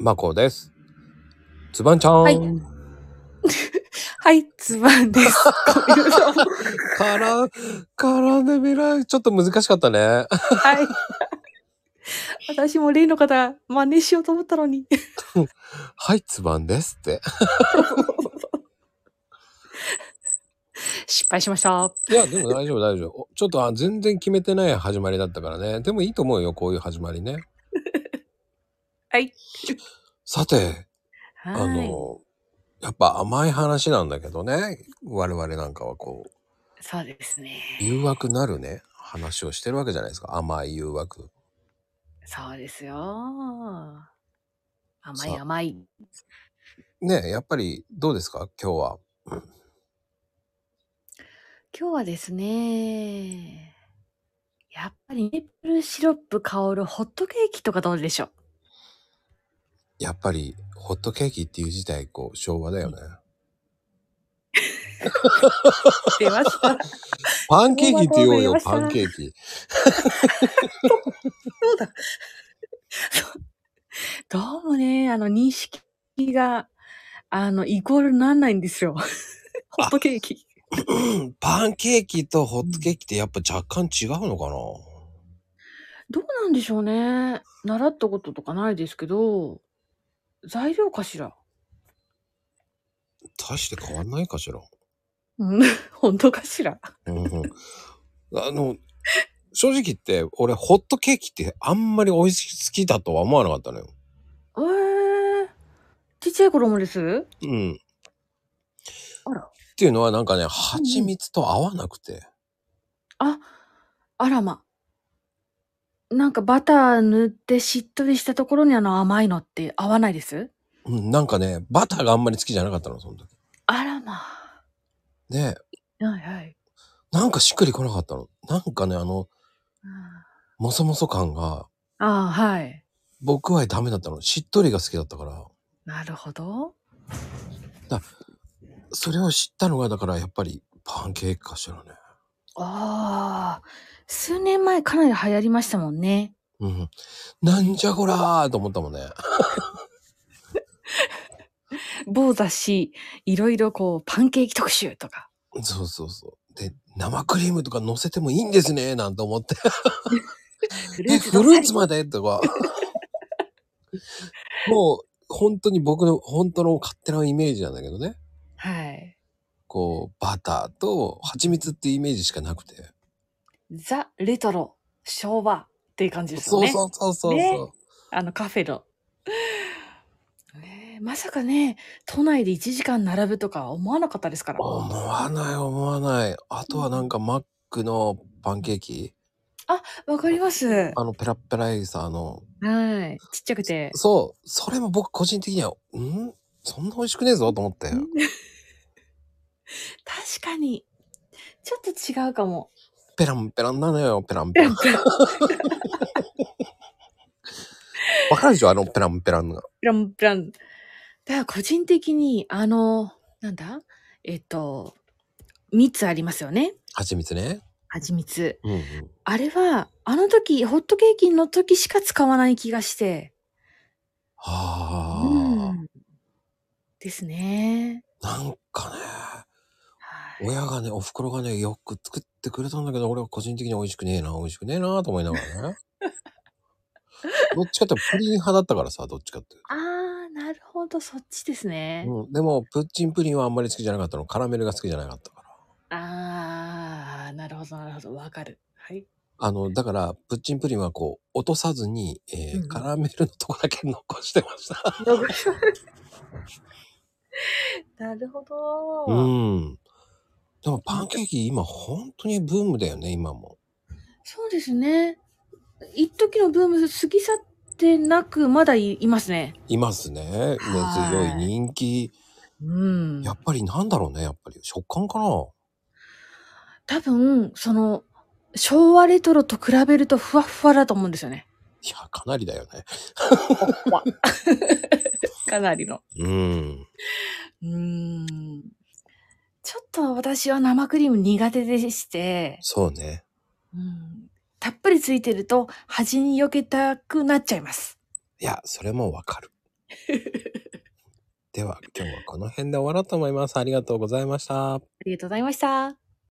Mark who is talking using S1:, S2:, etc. S1: まこです。つばんちゃん、
S2: はいはい、ズバンです。 こういうのも
S1: から、からねべら、ちょっと難しかったね。
S2: はい。私も例の方、真似しようと思ったのに。
S1: はい、つばんですって。
S2: 失敗しました。
S1: いや、でも大丈夫、大丈夫。おちょっとあ全然決めてない始まりだったからね。でもいいと思うよ、こういう始まりね。
S2: はい。
S1: さて、あ
S2: はい。
S1: の、やっぱ甘い話なんだけどね。我々なんかはこう、
S2: そうですね。
S1: 誘惑なるね、話をしてるわけじゃないですか。甘い誘惑。
S2: そうですよ。甘い
S1: さあ
S2: 甘い。
S1: ねやっぱりどうですか今日は。
S2: 今日はですね、やっぱりメープルシロップ香るホットケーキとかどうでしょう
S1: やっぱり、ホットケーキっていう自体、こう、昭和だよね。
S2: 出ま した。そ
S1: パンケーキって言おう
S2: 昭
S1: よ、
S2: 和と思い
S1: パン
S2: ました
S1: ケーキ。
S2: うだ。そうどうもね、あの、認識が、あの、イコールになんないんですよ。ホットケーキ。
S1: パンケーキとホットケーキってやっぱ若干違うのかな
S2: どうなんでしょうね。習ったこととかないですけど、材料かしら。
S1: 大して変わんないかしら。
S2: うん、 本当かしら。
S1: うんうんあの、正直言って、俺、ホットケーキってあんまり美味し好きだとは思わなかったのよ。
S2: えー、ちっちゃい頃もです
S1: うん。っ
S2: あら。
S1: ていうのはなんかね、蜂蜜と合わなくて。
S2: あ、あらま。なんかバター塗ってしっとりしたところにあの甘いのって合わないです
S1: うん、なんかね、バターがあんまり好きじゃなかったの、その時。
S2: あらま。
S1: で、
S2: はいはい。
S1: なんかしっくりこなかったの。なんかね、あの、もそもそ感が、
S2: ああ、はい。
S1: 僕はダメだったの。しっとりが好きだったから。
S2: なるほど。
S1: それを知ったのが、だからやっぱりパンケーキかしらね。
S2: ああ、数年前かなり流行りましたもんね。
S1: うん。なんじゃこらーと思ったもんね。
S2: 某雑誌、いろいろこう、パンケーキ特集とか。
S1: そうそうそう。で、生クリームとか乗せてもいいんですね、なんて思って。
S2: フ
S1: え、フルーツ
S2: も
S1: までとか。 もう、本当に僕の、本当の勝手なイメージなんだけどね。
S2: はい。
S1: こう、バターと蜂蜜っていうイメージしかなくて。
S2: ザ・レトロ、昭和っていう感じですよ
S1: そう
S2: ね。
S1: そうそうそうそう。
S2: ねあのカフェの。ねえまさかね、都内で1時間並ぶとかは思わなかったですから。
S1: 思わない思わない。あとはなんかマックのパンケーキ。
S2: わかります。は
S1: あの、ペラッペライさ、あの、
S2: い。ちっちゃくて。
S1: そう、それも僕個人的には、んそんな美味しくねえぞと思って。
S2: うん 確かに、ちょっと違う かも。
S1: ペランペランなのよ、ペランペ ラン。わかるでしょあのペランペランが。
S2: プランプラン。だから個人的に、あの、なんだえっと、蜜ありますよね。
S1: 蜂蜜ね。
S2: 蜂蜜。
S1: うんうん。
S2: あれは、あの時、ホットケーキの時しか使わない気がして。
S1: はあ、
S2: うんですね。
S1: なんかね、
S2: はい
S1: 親がね、お袋がね、よく作ってくれたんだけど、俺は個人的に美味しくねえな、美味しくねえなと思いながらね。どっちかってプリン派だったからさ、どっちかって。
S2: あー、なるほど、そっちですね。
S1: うん、でも、プッチンプリンはあんまり好きじゃなかったの。カラメルが好きじゃなかったから。
S2: あー、なるほど、なるほど、わかる。 はい。
S1: あの、だから、プッチンプリンはこう、落とさずに、えー
S2: うん
S1: カラメルのとこだけ残してま した。
S2: なるほど。
S1: うん。でも、パンケーキ、今、本当にブームだよね、今も。
S2: そうですね。一時のブーム過ぎ去ってなく、まだいいますね。
S1: いますね。根
S2: はい
S1: 強い人気。
S2: うん
S1: やっぱり、なんだろうね、やっぱり。食感かな
S2: 多分、その、昭和レトロと比べるとふわっふわだと思うんですよね。
S1: いや、かなりだよね。
S2: かなりの。
S1: うん。
S2: うーん。ちょっと私は生クリーム苦手でして、
S1: そうね。
S2: うん、たっぷりついてると端に避けたくなっちゃいます。
S1: いや、それもわかる。では、今日はこの辺で終わろうと思います。ありがとうございました。
S2: りがとうございました。